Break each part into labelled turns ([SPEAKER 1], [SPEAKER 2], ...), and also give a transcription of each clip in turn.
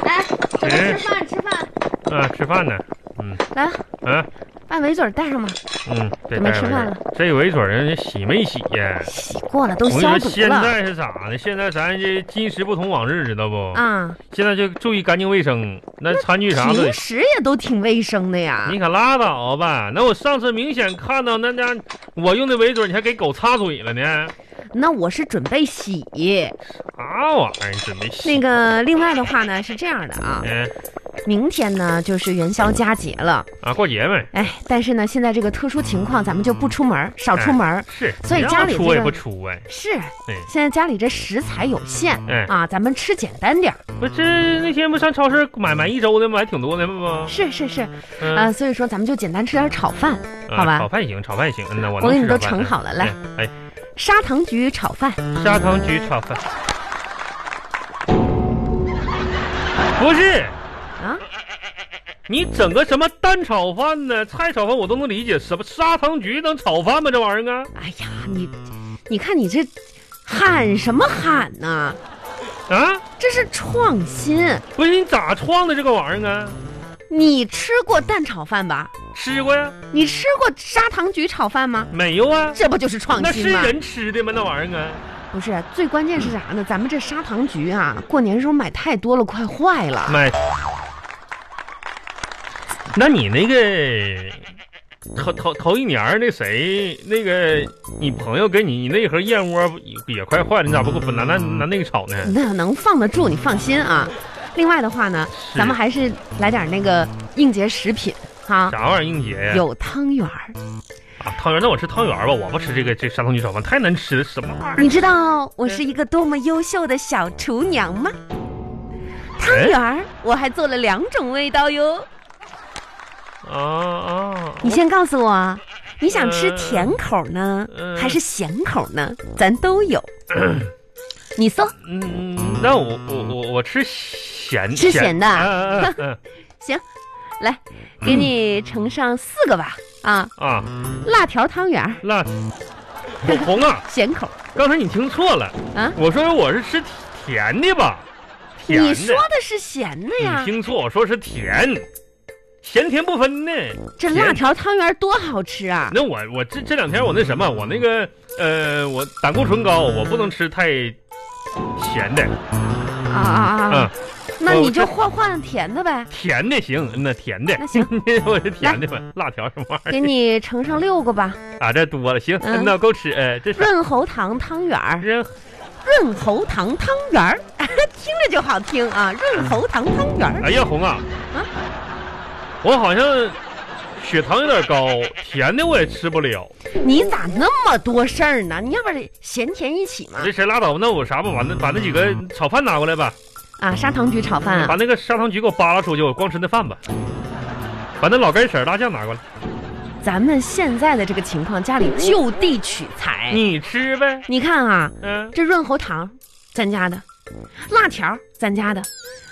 [SPEAKER 1] 回来
[SPEAKER 2] 谁
[SPEAKER 1] 吃饭吃饭，
[SPEAKER 2] 啊，吃饭呢，嗯
[SPEAKER 1] 来，
[SPEAKER 2] 啊，
[SPEAKER 1] 把围嘴儿戴上吧。
[SPEAKER 2] 嗯，得
[SPEAKER 1] 准备
[SPEAKER 2] 带
[SPEAKER 1] 吃
[SPEAKER 2] 回
[SPEAKER 1] 饭
[SPEAKER 2] 来。这围嘴儿人家洗没洗呀？
[SPEAKER 1] 洗过了，都
[SPEAKER 2] 我跟
[SPEAKER 1] 消
[SPEAKER 2] 你说，
[SPEAKER 1] 毒
[SPEAKER 2] 现
[SPEAKER 1] 了。
[SPEAKER 2] 在是咋的？现在咱这今时不同往日，知道不？
[SPEAKER 1] 啊，
[SPEAKER 2] 现在就注意干净卫生，那餐具啥的
[SPEAKER 1] 平，时也都挺卫生的呀。
[SPEAKER 2] 你可拉倒吧。那我上次明显看到那那我用的围嘴儿，你还给狗擦嘴了呢？
[SPEAKER 1] 那我是准备洗。
[SPEAKER 2] 啥玩意儿？你准备洗？
[SPEAKER 1] 那个，另外的话呢是这样的啊，
[SPEAKER 2] 嗯
[SPEAKER 1] 明天呢就是元宵佳节了，
[SPEAKER 2] 啊，过节呗，
[SPEAKER 1] 哎，但是呢现在这个特殊情况，咱们就不出门儿，少
[SPEAKER 2] 哎
[SPEAKER 1] 出门儿。
[SPEAKER 2] 是。
[SPEAKER 1] 所以
[SPEAKER 2] 你
[SPEAKER 1] 家
[SPEAKER 2] 让
[SPEAKER 1] 里
[SPEAKER 2] 出
[SPEAKER 1] 这
[SPEAKER 2] 我也
[SPEAKER 1] 个
[SPEAKER 2] 不出哎，
[SPEAKER 1] 是，
[SPEAKER 2] 对
[SPEAKER 1] 现在家里这食材有限
[SPEAKER 2] 哎，
[SPEAKER 1] 啊，咱们吃简单点儿。
[SPEAKER 2] 不这那天不上超市买买一周的，买挺多的不？
[SPEAKER 1] 是是是，
[SPEAKER 2] 嗯
[SPEAKER 1] 啊，所以说咱们就简单吃点炒饭，
[SPEAKER 2] 啊
[SPEAKER 1] 好吧
[SPEAKER 2] 炒饭行，炒饭行，嗯呐，我
[SPEAKER 1] 我
[SPEAKER 2] 能
[SPEAKER 1] 给你
[SPEAKER 2] 吃
[SPEAKER 1] 都
[SPEAKER 2] 炒饭
[SPEAKER 1] 盛好了，来，
[SPEAKER 2] 哎，
[SPEAKER 1] 砂糖橘炒饭。
[SPEAKER 2] 哎砂糖橘炒饭，不是
[SPEAKER 1] 啊？
[SPEAKER 2] 你整个什么蛋炒饭呢？菜炒饭我都能理解，什么砂糖橘能炒饭吗？这玩意儿啊
[SPEAKER 1] 哎呀，你，你看你这喊什么喊呢、
[SPEAKER 2] 啊！
[SPEAKER 1] 这是创新。
[SPEAKER 2] 不是你咋创的这个玩意儿啊？
[SPEAKER 1] 你吃过蛋炒饭吧？
[SPEAKER 2] 吃过呀？
[SPEAKER 1] 你吃过砂糖橘炒饭吗？
[SPEAKER 2] 没有啊？
[SPEAKER 1] 这不就是创
[SPEAKER 2] 那是
[SPEAKER 1] 新吗？
[SPEAKER 2] 人吃的吗？那玩意儿啊？
[SPEAKER 1] 不是，最关键是啥呢？咱们这砂糖橘啊，过年时候买太多了，快坏了。
[SPEAKER 2] 买。那你那个头头头一年儿那谁那个你朋友给你你那盒燕窝不也也快坏了，你咋不给我拿那拿那个炒呢？
[SPEAKER 1] 那能放得住，你放心啊。另外的话呢，
[SPEAKER 2] 是
[SPEAKER 1] 咱们还是来点那个应节食品哈、
[SPEAKER 2] 啥玩意儿应节呀？
[SPEAKER 1] 有汤圆儿。
[SPEAKER 2] 啊汤圆，那我吃汤圆吧，我不吃这个这砂糖橘炒饭，太难吃了，什么玩意
[SPEAKER 1] 你知道我是一个多么优秀的小厨娘吗？汤
[SPEAKER 2] 哎
[SPEAKER 1] 圆儿我还做了两种味道哟。
[SPEAKER 2] 儿啊啊！
[SPEAKER 1] 你先告诉我，你想吃
[SPEAKER 2] 呃
[SPEAKER 1] 甜口呢，
[SPEAKER 2] 呃
[SPEAKER 1] 还是咸口呢？咱都 有。你搜
[SPEAKER 2] 嗯，那我我我我吃咸
[SPEAKER 1] 吃咸的
[SPEAKER 2] 啊啊啊
[SPEAKER 1] 行，来，给你盛上四个吧。啊，
[SPEAKER 2] 啊啊！
[SPEAKER 1] 辣条汤圆儿，
[SPEAKER 2] 辣， 我红啊！
[SPEAKER 1] 咸口。
[SPEAKER 2] 刚才你听错了
[SPEAKER 1] 啊
[SPEAKER 2] 我说我是吃甜的吧？甜的，嗯
[SPEAKER 1] 你说的是咸的呀
[SPEAKER 2] 你？听错，我说是甜，咸甜不分呢。
[SPEAKER 1] 这
[SPEAKER 2] 甜
[SPEAKER 1] 辣条汤圆多好吃啊！
[SPEAKER 2] 那我我这这两天我那什么，我那个呃，我胆固醇高，我不能吃太咸的，
[SPEAKER 1] 啊啊
[SPEAKER 2] 嗯
[SPEAKER 1] 啊！，那
[SPEAKER 2] 我
[SPEAKER 1] 你就换换甜的 呗，
[SPEAKER 2] 甜的行，嗯那甜的，
[SPEAKER 1] 那行，
[SPEAKER 2] 我是甜的吧，辣条什么玩意
[SPEAKER 1] 给你盛上六个吧。
[SPEAKER 2] 儿啊？这多了，行，
[SPEAKER 1] 嗯
[SPEAKER 2] 那够吃，哎，这是
[SPEAKER 1] 润喉糖汤圆儿，
[SPEAKER 2] 这
[SPEAKER 1] 润喉糖汤圆儿， 听着就好听啊！润喉糖汤圆儿，
[SPEAKER 2] 哎呀，红啊，
[SPEAKER 1] 啊
[SPEAKER 2] 我好像血糖有点高，甜的我也吃不了。
[SPEAKER 1] 你咋那么多事儿呢？你要不然咸甜一起嘛？
[SPEAKER 2] 这谁拉倒吧？那我啥吧，把那把那几个炒饭拿过来吧，
[SPEAKER 1] 啊，砂糖橘炒饭
[SPEAKER 2] 把
[SPEAKER 1] 啊，
[SPEAKER 2] 那个砂糖橘给我扒拉出去，我光吃那饭吧。把那老根婶儿辣酱拿过来，
[SPEAKER 1] 咱们现在的这个情况，家里就地取材。
[SPEAKER 2] 你吃呗。
[SPEAKER 1] 你看啊，
[SPEAKER 2] 嗯，
[SPEAKER 1] 这润喉糖，咱家的；辣条，咱家的；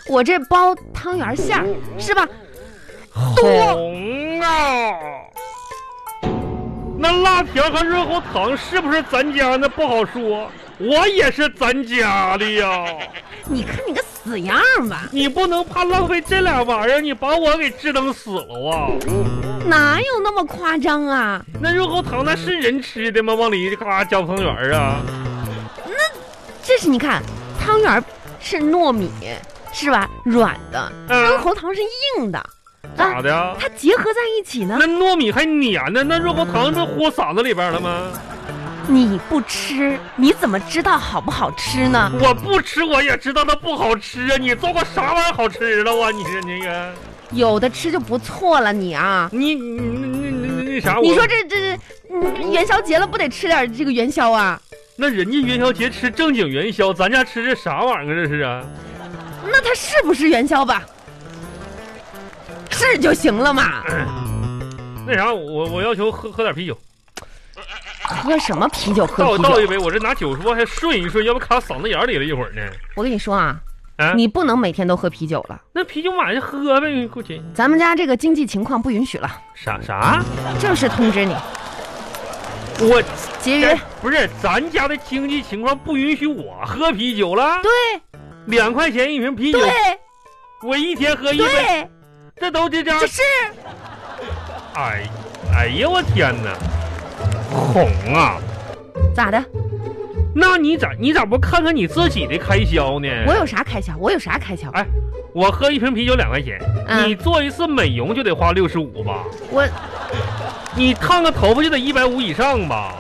[SPEAKER 1] 我这包汤圆馅儿是吧？多
[SPEAKER 2] 红啊！那辣条和润喉糖是不是咱家那不好说，我也是咱家的呀。
[SPEAKER 1] 你看你个死样儿吧，
[SPEAKER 2] 你不能怕浪费这俩玩意儿，你把我给治等死了啊！
[SPEAKER 1] 哪有那么夸张啊？
[SPEAKER 2] 那润喉糖那是人吃的吗？往里嘎浇汤圆儿啊？
[SPEAKER 1] 这是你看，汤圆儿是糯米是吧？软的，润
[SPEAKER 2] 嗯，
[SPEAKER 1] 喉糖是硬的，
[SPEAKER 2] 咋的啊呀？
[SPEAKER 1] 它结合在一起呢
[SPEAKER 2] 那。糯米还黏呢，那润喉糖不豁嗓子里边了吗？
[SPEAKER 1] 你不吃，你怎么知道好不好吃呢？
[SPEAKER 2] 我不吃，我也知道它不好吃啊！你做过啥玩意儿好吃了啊？你这那个，
[SPEAKER 1] 有的吃就不错了，你啊。
[SPEAKER 2] 你你你你你那啥？我
[SPEAKER 1] 你说这这，嗯元宵节了不得吃点这个元宵啊？
[SPEAKER 2] 那人家元宵节吃正经元宵，咱家吃这啥玩意儿啊？这是啊？
[SPEAKER 1] 那它是不是元宵吧？是就行了嘛。嗯
[SPEAKER 2] 那啥，我我要求喝喝点啤酒，
[SPEAKER 1] 喝什么啤酒？喝
[SPEAKER 2] 倒
[SPEAKER 1] 啤
[SPEAKER 2] 倒
[SPEAKER 1] 酒？
[SPEAKER 2] 一杯，我这拿酒说还顺一顺，要不卡嗓子眼里了一会儿呢。
[SPEAKER 1] 我跟你说啊，
[SPEAKER 2] 啊，
[SPEAKER 1] 你不能每天都喝啤酒了。
[SPEAKER 2] 那啤酒买就喝呗，过去。
[SPEAKER 1] 咱们家这个经济情况不允许了，
[SPEAKER 2] 啥啥？
[SPEAKER 1] 正式通知你
[SPEAKER 2] 我
[SPEAKER 1] 节约。
[SPEAKER 2] 不是咱家的经济情况不允许我喝啤酒了。
[SPEAKER 1] 对
[SPEAKER 2] 两块钱一瓶啤酒，
[SPEAKER 1] 对，
[SPEAKER 2] 我一天喝一杯，
[SPEAKER 1] 对，
[SPEAKER 2] 这都这家，
[SPEAKER 1] 就是
[SPEAKER 2] 哎，哎呀，我天哪，哄啊！
[SPEAKER 1] 咋的？
[SPEAKER 2] 那你咋你咋不看看你自己的开销呢？
[SPEAKER 1] 我有啥开销？我有啥开销？
[SPEAKER 2] 嗯哎，我喝一瓶啤酒两块钱，
[SPEAKER 1] 嗯
[SPEAKER 2] 你做一次美容就得花六十五吧？
[SPEAKER 1] 我
[SPEAKER 2] 啊你烫个头发就得一百五以上吧？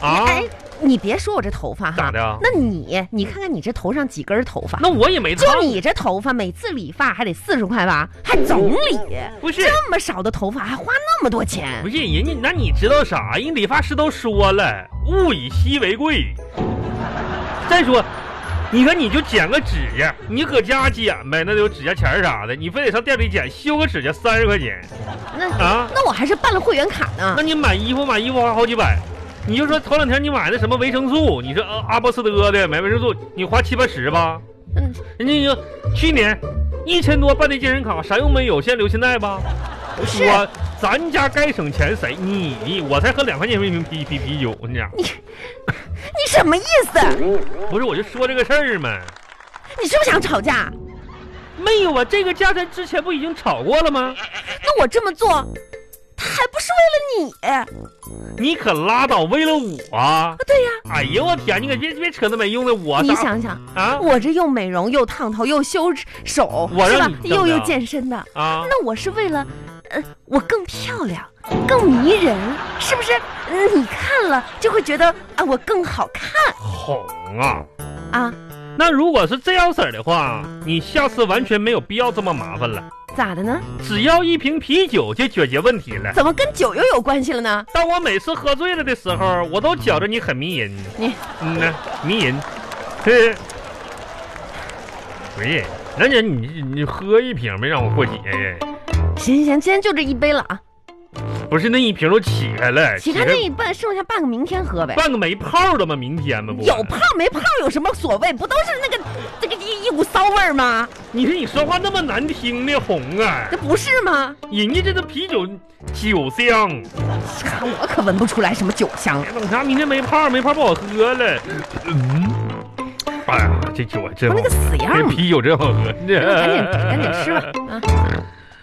[SPEAKER 2] 啊？
[SPEAKER 1] 哎，你别说我这头发
[SPEAKER 2] 咋
[SPEAKER 1] 哈，
[SPEAKER 2] 的啊
[SPEAKER 1] 那你你看看你这头上几根头发？
[SPEAKER 2] 那啊我也没烫
[SPEAKER 1] 就，你这头发，每次理发还得四十块吧，还总理，
[SPEAKER 2] 不是
[SPEAKER 1] 这么少的头发还花那么多钱
[SPEAKER 2] 不？是人家，那你知道啥？人理发师都说了，物以稀为贵。再说，你看你就剪个指甲，你搁家剪呗，那有指甲钳儿啥的，你非得上店里剪，修个指甲三十块钱
[SPEAKER 1] 那
[SPEAKER 2] 啊？
[SPEAKER 1] 那我还是办了会员卡呢
[SPEAKER 2] 那。你买衣服买衣服花好几百，你就说头两天你买的什么维生素，你说呃阿波斯德的买维生素，你花七八十吧？
[SPEAKER 1] 嗯，
[SPEAKER 2] 人家就去年一千多办的健身卡，啥用没有？现在留现在吧。
[SPEAKER 1] 是
[SPEAKER 2] 我咱家该省钱谁？你你我才喝两块钱一瓶啤啤啤酒呢，
[SPEAKER 1] 你什么意思？
[SPEAKER 2] 不是我就说这个事儿嘛。
[SPEAKER 1] 你是不是想吵架？
[SPEAKER 2] 没有啊，这个价咱之前不已经吵过了吗？
[SPEAKER 1] 那我这么做，还不是为了你？
[SPEAKER 2] 你可拉倒，为了我啊！
[SPEAKER 1] 对呀、
[SPEAKER 2] 哎呀，我天，你可别别扯那没用的，我
[SPEAKER 1] 你
[SPEAKER 2] 咋
[SPEAKER 1] 想想，
[SPEAKER 2] 啊
[SPEAKER 1] 我这又美容又烫头又修手，
[SPEAKER 2] 我
[SPEAKER 1] 是
[SPEAKER 2] 让
[SPEAKER 1] 吧
[SPEAKER 2] 你？挣的
[SPEAKER 1] 又又健身的，
[SPEAKER 2] 啊！
[SPEAKER 1] 那我是为了，呃，我更漂亮，更迷人，是不是？嗯你看了就会觉得啊，我更好看
[SPEAKER 2] 哄啊！
[SPEAKER 1] 啊？
[SPEAKER 2] 那如果是这样式儿的话，你下次完全没有必要这么麻烦了，
[SPEAKER 1] 咋的呢？
[SPEAKER 2] 只要一瓶啤酒就解决问题了。
[SPEAKER 1] 怎么跟酒又有关系了呢？
[SPEAKER 2] 当我每次喝醉了的时候，我都觉着你很迷人。
[SPEAKER 1] 你
[SPEAKER 2] 嗯呐，迷人。嘿，不是，兰姐，你你喝一瓶没让我过节呀？
[SPEAKER 1] 行行行，今天就这一杯了啊，
[SPEAKER 2] 不是那一瓶都起开了，
[SPEAKER 1] 其他那一半剩下半个明天喝呗。
[SPEAKER 2] 半个没泡的吗？明天吗？不，啊
[SPEAKER 1] 有泡。没泡有什么所谓？不都是那个那个一一股骚味儿吗？
[SPEAKER 2] 你说你说话那么难听呢，红啊
[SPEAKER 1] 这！不是吗？
[SPEAKER 2] 人家这都啤酒酒香，
[SPEAKER 1] 啊我可闻不出来什么酒香。
[SPEAKER 2] 哎等啥明天没泡，没泡不好喝了。嗯，哎呀，这酒啊真
[SPEAKER 1] 我
[SPEAKER 2] 好
[SPEAKER 1] 那个
[SPEAKER 2] 喝，
[SPEAKER 1] 死样
[SPEAKER 2] 这
[SPEAKER 1] 儿嘛！
[SPEAKER 2] 啤酒真好喝。赶紧
[SPEAKER 1] 赶紧赶 紧吃吧。啊！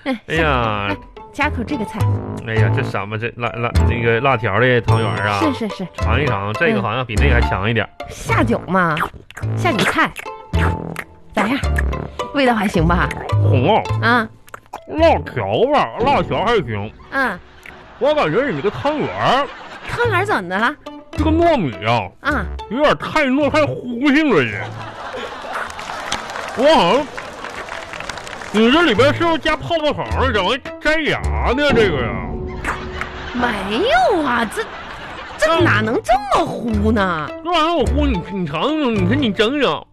[SPEAKER 1] 哎，
[SPEAKER 2] 哎呀，
[SPEAKER 1] 加口这个菜，
[SPEAKER 2] 哎呀，这什么这辣辣那个辣条的汤圆儿啊，
[SPEAKER 1] 嗯是是是，
[SPEAKER 2] 尝一尝，这个
[SPEAKER 1] 嗯
[SPEAKER 2] 好像比那个还强一点儿。
[SPEAKER 1] 下酒嘛，下酒菜，咋样？味道还行吧？
[SPEAKER 2] 红袄
[SPEAKER 1] 啊
[SPEAKER 2] 辣条吧，辣条还行。
[SPEAKER 1] 啊，
[SPEAKER 2] 我感觉你这个汤圆儿，
[SPEAKER 1] 汤圆儿怎么的了？
[SPEAKER 2] 这个糯米啊，
[SPEAKER 1] 啊，
[SPEAKER 2] 有点太糯，太糊性了也。我好像，你这里边是不是加泡泡糖啊了？怎么粘牙呢？这个呀，
[SPEAKER 1] 没有啊，这
[SPEAKER 2] 嗯
[SPEAKER 1] 这哪能这么糊呢？
[SPEAKER 2] 这玩意儿我糊，你你尝尝，你看你整整，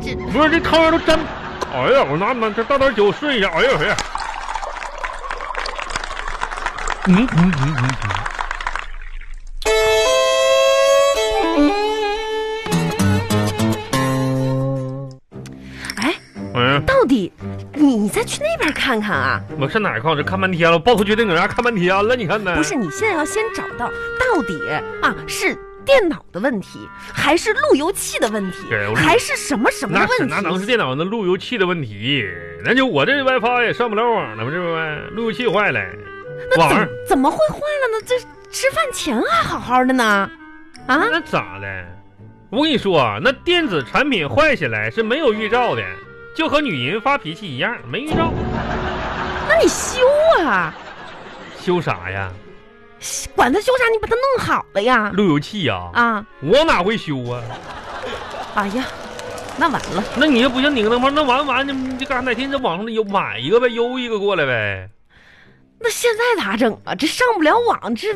[SPEAKER 1] 这
[SPEAKER 2] 不是这汤圆都粘。哎呀，我拿拿这倒点酒试一下。哎呀哎呀，嗯嗯嗯嗯嗯。
[SPEAKER 1] 哎，
[SPEAKER 2] 嗯，
[SPEAKER 1] 到底你你再去那边看看啊？
[SPEAKER 2] 我上哪儿看？我这看半天了，我抱头决定搁那儿看半天了。你看呢？
[SPEAKER 1] 不是，你现在要先找到到底啊是电脑的问题，还是路由器的问题
[SPEAKER 2] 对我，
[SPEAKER 1] 还是什么什么
[SPEAKER 2] 那
[SPEAKER 1] 的
[SPEAKER 2] 是
[SPEAKER 1] 问
[SPEAKER 2] 那能是
[SPEAKER 1] 题？
[SPEAKER 2] 电脑那路由器的问题？那就我这 WiFi 也上不了网了，不是不？路由器坏了，
[SPEAKER 1] 那
[SPEAKER 2] 网
[SPEAKER 1] 怎
[SPEAKER 2] 儿
[SPEAKER 1] 怎么会坏了呢？这吃饭前还好好的呢，啊？
[SPEAKER 2] 那咋的？我跟你说啊，那电子产品坏起来是没有预兆的，就和女人发脾气一样，没预兆。
[SPEAKER 1] 那你修啊，
[SPEAKER 2] 修啥呀？
[SPEAKER 1] 管它修啥，你把它弄好了呀！
[SPEAKER 2] 路由器呀、
[SPEAKER 1] 啊，
[SPEAKER 2] 我哪会修啊？
[SPEAKER 1] 哎呀，那完了，
[SPEAKER 2] 那你要不行拧个灯泡，那完完你这干啥？哪天这网上有买一个呗，邮一个过来呗。
[SPEAKER 1] 那现在咋整啊？这上不了网，这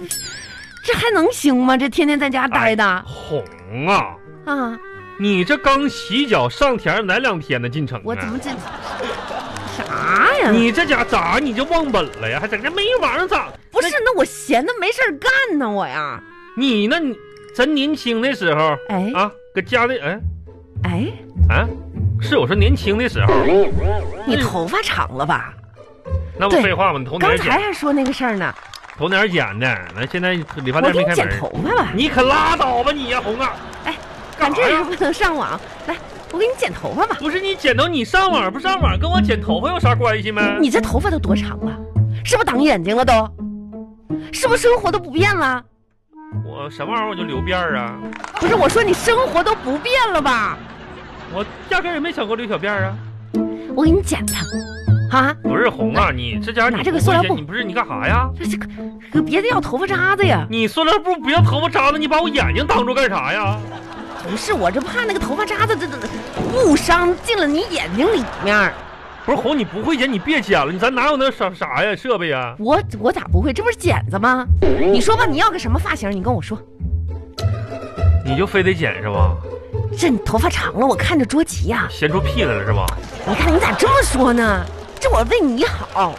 [SPEAKER 1] 这还能行吗？这天天在家待的、
[SPEAKER 2] 红哎啊！
[SPEAKER 1] 啊，
[SPEAKER 2] 你这刚洗脚上田儿哪两天呢？进城啊？
[SPEAKER 1] 我怎么这啥呀？
[SPEAKER 2] 哎你这家咋你就忘本了呀？还整这没网上咋？
[SPEAKER 1] 不是，那我闲的没事儿干呢，我呀，
[SPEAKER 2] 你那你咱年轻的时候
[SPEAKER 1] 哎
[SPEAKER 2] 啊，搁家里哎
[SPEAKER 1] 哎，
[SPEAKER 2] 啊，是我说年轻的时候，哎
[SPEAKER 1] 你头发长了吧？
[SPEAKER 2] 那不
[SPEAKER 1] 对
[SPEAKER 2] 废话吗？你头
[SPEAKER 1] 刚
[SPEAKER 2] 年
[SPEAKER 1] 才
[SPEAKER 2] 剪，
[SPEAKER 1] 还说那个事儿呢，
[SPEAKER 2] 头年剪的，那现在理发
[SPEAKER 1] 我
[SPEAKER 2] 店
[SPEAKER 1] 给
[SPEAKER 2] 没
[SPEAKER 1] 你
[SPEAKER 2] 开
[SPEAKER 1] 剪
[SPEAKER 2] 门，
[SPEAKER 1] 头发吧。
[SPEAKER 2] 你可拉倒吧你呀、红啊！
[SPEAKER 1] 哎，
[SPEAKER 2] 干
[SPEAKER 1] 赶
[SPEAKER 2] 啥
[SPEAKER 1] 这
[SPEAKER 2] 呀
[SPEAKER 1] 时候不能上网，来，我给你剪头发吧。
[SPEAKER 2] 不是你剪头，你上网不上网，跟我剪头发有啥关系吗？
[SPEAKER 1] 你这头发都多长了？是不是挡眼睛了都？是不是生活都不变了？
[SPEAKER 2] 我什么玩意儿我就留辫儿啊？
[SPEAKER 1] 不是我说你生活都不变了吧？
[SPEAKER 2] 我压根儿也没想过留小辫儿啊。
[SPEAKER 1] 我给你剪它，啊，
[SPEAKER 2] 不是红啊，你这家伙你
[SPEAKER 1] 拿这个
[SPEAKER 2] 不
[SPEAKER 1] 塑料
[SPEAKER 2] 会剪
[SPEAKER 1] 布
[SPEAKER 2] 你不是你干啥呀？
[SPEAKER 1] 这这个可别掉头发渣子呀！
[SPEAKER 2] 你塑料布不要头发渣子，你把我眼睛挡住干啥呀？
[SPEAKER 1] 不是我这怕那个头发渣子这这这误伤进了你眼睛里面儿。
[SPEAKER 2] 不是红，你不会剪你别剪了，你咱哪有那啥啥呀设备啊呀？
[SPEAKER 1] 我我咋不会？这不是剪子吗？你说吧，你要个什么发型？你跟我说。
[SPEAKER 2] 你就非得剪是吧？
[SPEAKER 1] 这你头发长了，我看着捉急呀、
[SPEAKER 2] 闲出屁来了是吧？
[SPEAKER 1] 你看你咋这么说呢？这我为你好。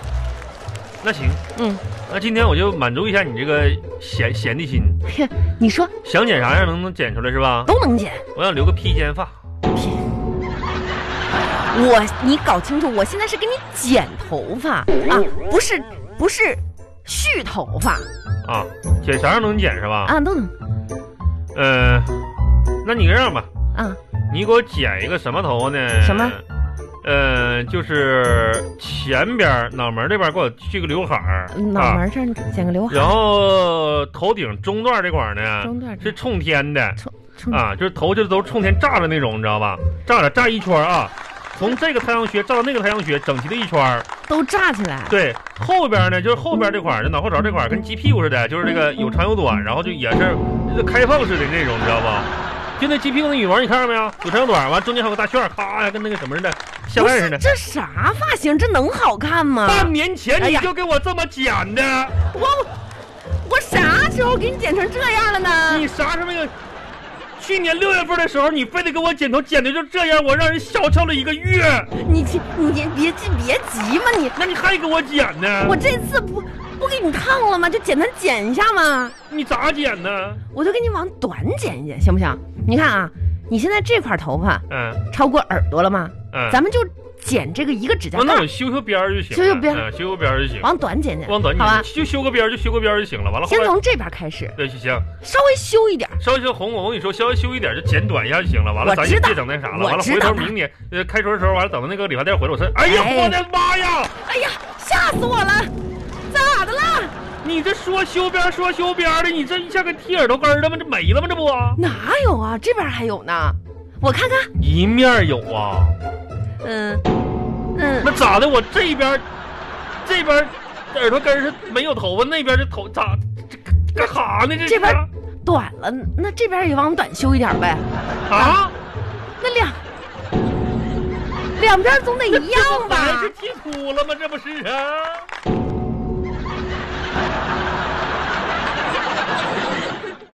[SPEAKER 2] 那行，
[SPEAKER 1] 嗯，
[SPEAKER 2] 那今天我就满足一下你这个闲闲的心，
[SPEAKER 1] 嘿你说
[SPEAKER 2] 想剪啥样能能剪出来是吧？
[SPEAKER 1] 都能剪。
[SPEAKER 2] 我想留个披肩发，
[SPEAKER 1] 我，你搞清楚，我现在是给你剪头发啊，不是不是蓄头发
[SPEAKER 2] 啊，剪啥样能剪是吧？
[SPEAKER 1] 啊，都能
[SPEAKER 2] 呃，那你这样吧，
[SPEAKER 1] 啊，
[SPEAKER 2] 你给我剪一个什么头发呢？
[SPEAKER 1] 什么？
[SPEAKER 2] 呃，就是前边儿脑门儿这边儿给我去个刘海儿，啊
[SPEAKER 1] 脑门这儿剪个刘海，
[SPEAKER 2] 然后头顶中段这块儿呢
[SPEAKER 1] 中段
[SPEAKER 2] 是冲天的
[SPEAKER 1] 冲冲
[SPEAKER 2] 啊，就是头就都是冲天炸的那种，你知道吧？炸了炸一圈儿啊，从这个太阳穴炸到那个太阳穴，整齐的一圈儿。
[SPEAKER 1] 都炸起来，
[SPEAKER 2] 对，后边呢就是后边这块儿，就脑后勺这块儿跟鸡屁股似的，就是这个有长有短，然后就也是开放式的那种，你知道吧？就那鸡屁股那羽毛，你看到没有？有长有短，完中间还有个大旋儿，咔呀，跟那个什么似的，下
[SPEAKER 1] 不
[SPEAKER 2] 蛋似
[SPEAKER 1] 是
[SPEAKER 2] 的。啊
[SPEAKER 1] 这啥发型？这能好看吗？
[SPEAKER 2] 半年前
[SPEAKER 1] 哎
[SPEAKER 2] 你
[SPEAKER 1] 呀
[SPEAKER 2] 就给我这么剪的，
[SPEAKER 1] 我我啥时候给你剪成这样了呢？
[SPEAKER 2] 你啥时候有？去年六月份的时候，你非得给我剪头，剪的就这样，我让人笑笑了一个月。
[SPEAKER 1] 你这你别别急别急嘛你，
[SPEAKER 2] 那你还给我剪呢？
[SPEAKER 1] 我这次不不给你烫了吗？就简单剪一下嘛。
[SPEAKER 2] 你咋剪呢？
[SPEAKER 1] 我就给你往短剪一剪，行不行？你看啊，你现在这块头发
[SPEAKER 2] 嗯
[SPEAKER 1] 超过耳朵了吗？
[SPEAKER 2] 嗯，
[SPEAKER 1] 咱们就剪这个一个指甲
[SPEAKER 2] 完那
[SPEAKER 1] 盖
[SPEAKER 2] 我，修修边儿就行了，
[SPEAKER 1] 修修边儿
[SPEAKER 2] 嗯修修边儿就行。
[SPEAKER 1] 往短剪剪，
[SPEAKER 2] 光短
[SPEAKER 1] 好吧？
[SPEAKER 2] 你就修个边儿，就修个边儿就行了。完了后
[SPEAKER 1] 先
[SPEAKER 2] 来
[SPEAKER 1] 从这边开始，
[SPEAKER 2] 对行行，
[SPEAKER 1] 稍微修一点儿。
[SPEAKER 2] 稍微修红，我跟你说，稍微修一点就剪短一下就行了。完了，
[SPEAKER 1] 我
[SPEAKER 2] 咱
[SPEAKER 1] 知
[SPEAKER 2] 也
[SPEAKER 1] 道
[SPEAKER 2] 别整那啥了。
[SPEAKER 1] 我
[SPEAKER 2] 完了，
[SPEAKER 1] 知
[SPEAKER 2] 回
[SPEAKER 1] 道
[SPEAKER 2] 头
[SPEAKER 1] 的
[SPEAKER 2] 明年呃开春的时候，完了等到那个理发店回来，我说，哎呀，
[SPEAKER 1] 哎
[SPEAKER 2] 我的妈呀！
[SPEAKER 1] 哎呀，吓死我了！咋的啦？
[SPEAKER 2] 你这说修边儿说修边儿的，你这一下跟剃耳朵根儿的吗？这没了吗？这不
[SPEAKER 1] 哪有啊？这边还有呢，我看看，
[SPEAKER 2] 一面儿有啊？
[SPEAKER 1] 嗯嗯，
[SPEAKER 2] 那咋的？我这边儿这边儿耳朵根儿是没有头发，那边儿这头咋这干啥呢？这
[SPEAKER 1] 这边
[SPEAKER 2] 是啊
[SPEAKER 1] 短了，那这边也往短修一点儿呗。
[SPEAKER 2] 啊，
[SPEAKER 1] 那两两边总得一样
[SPEAKER 2] 这不
[SPEAKER 1] 吧
[SPEAKER 2] 还？是剃秃了吗？这不是啊？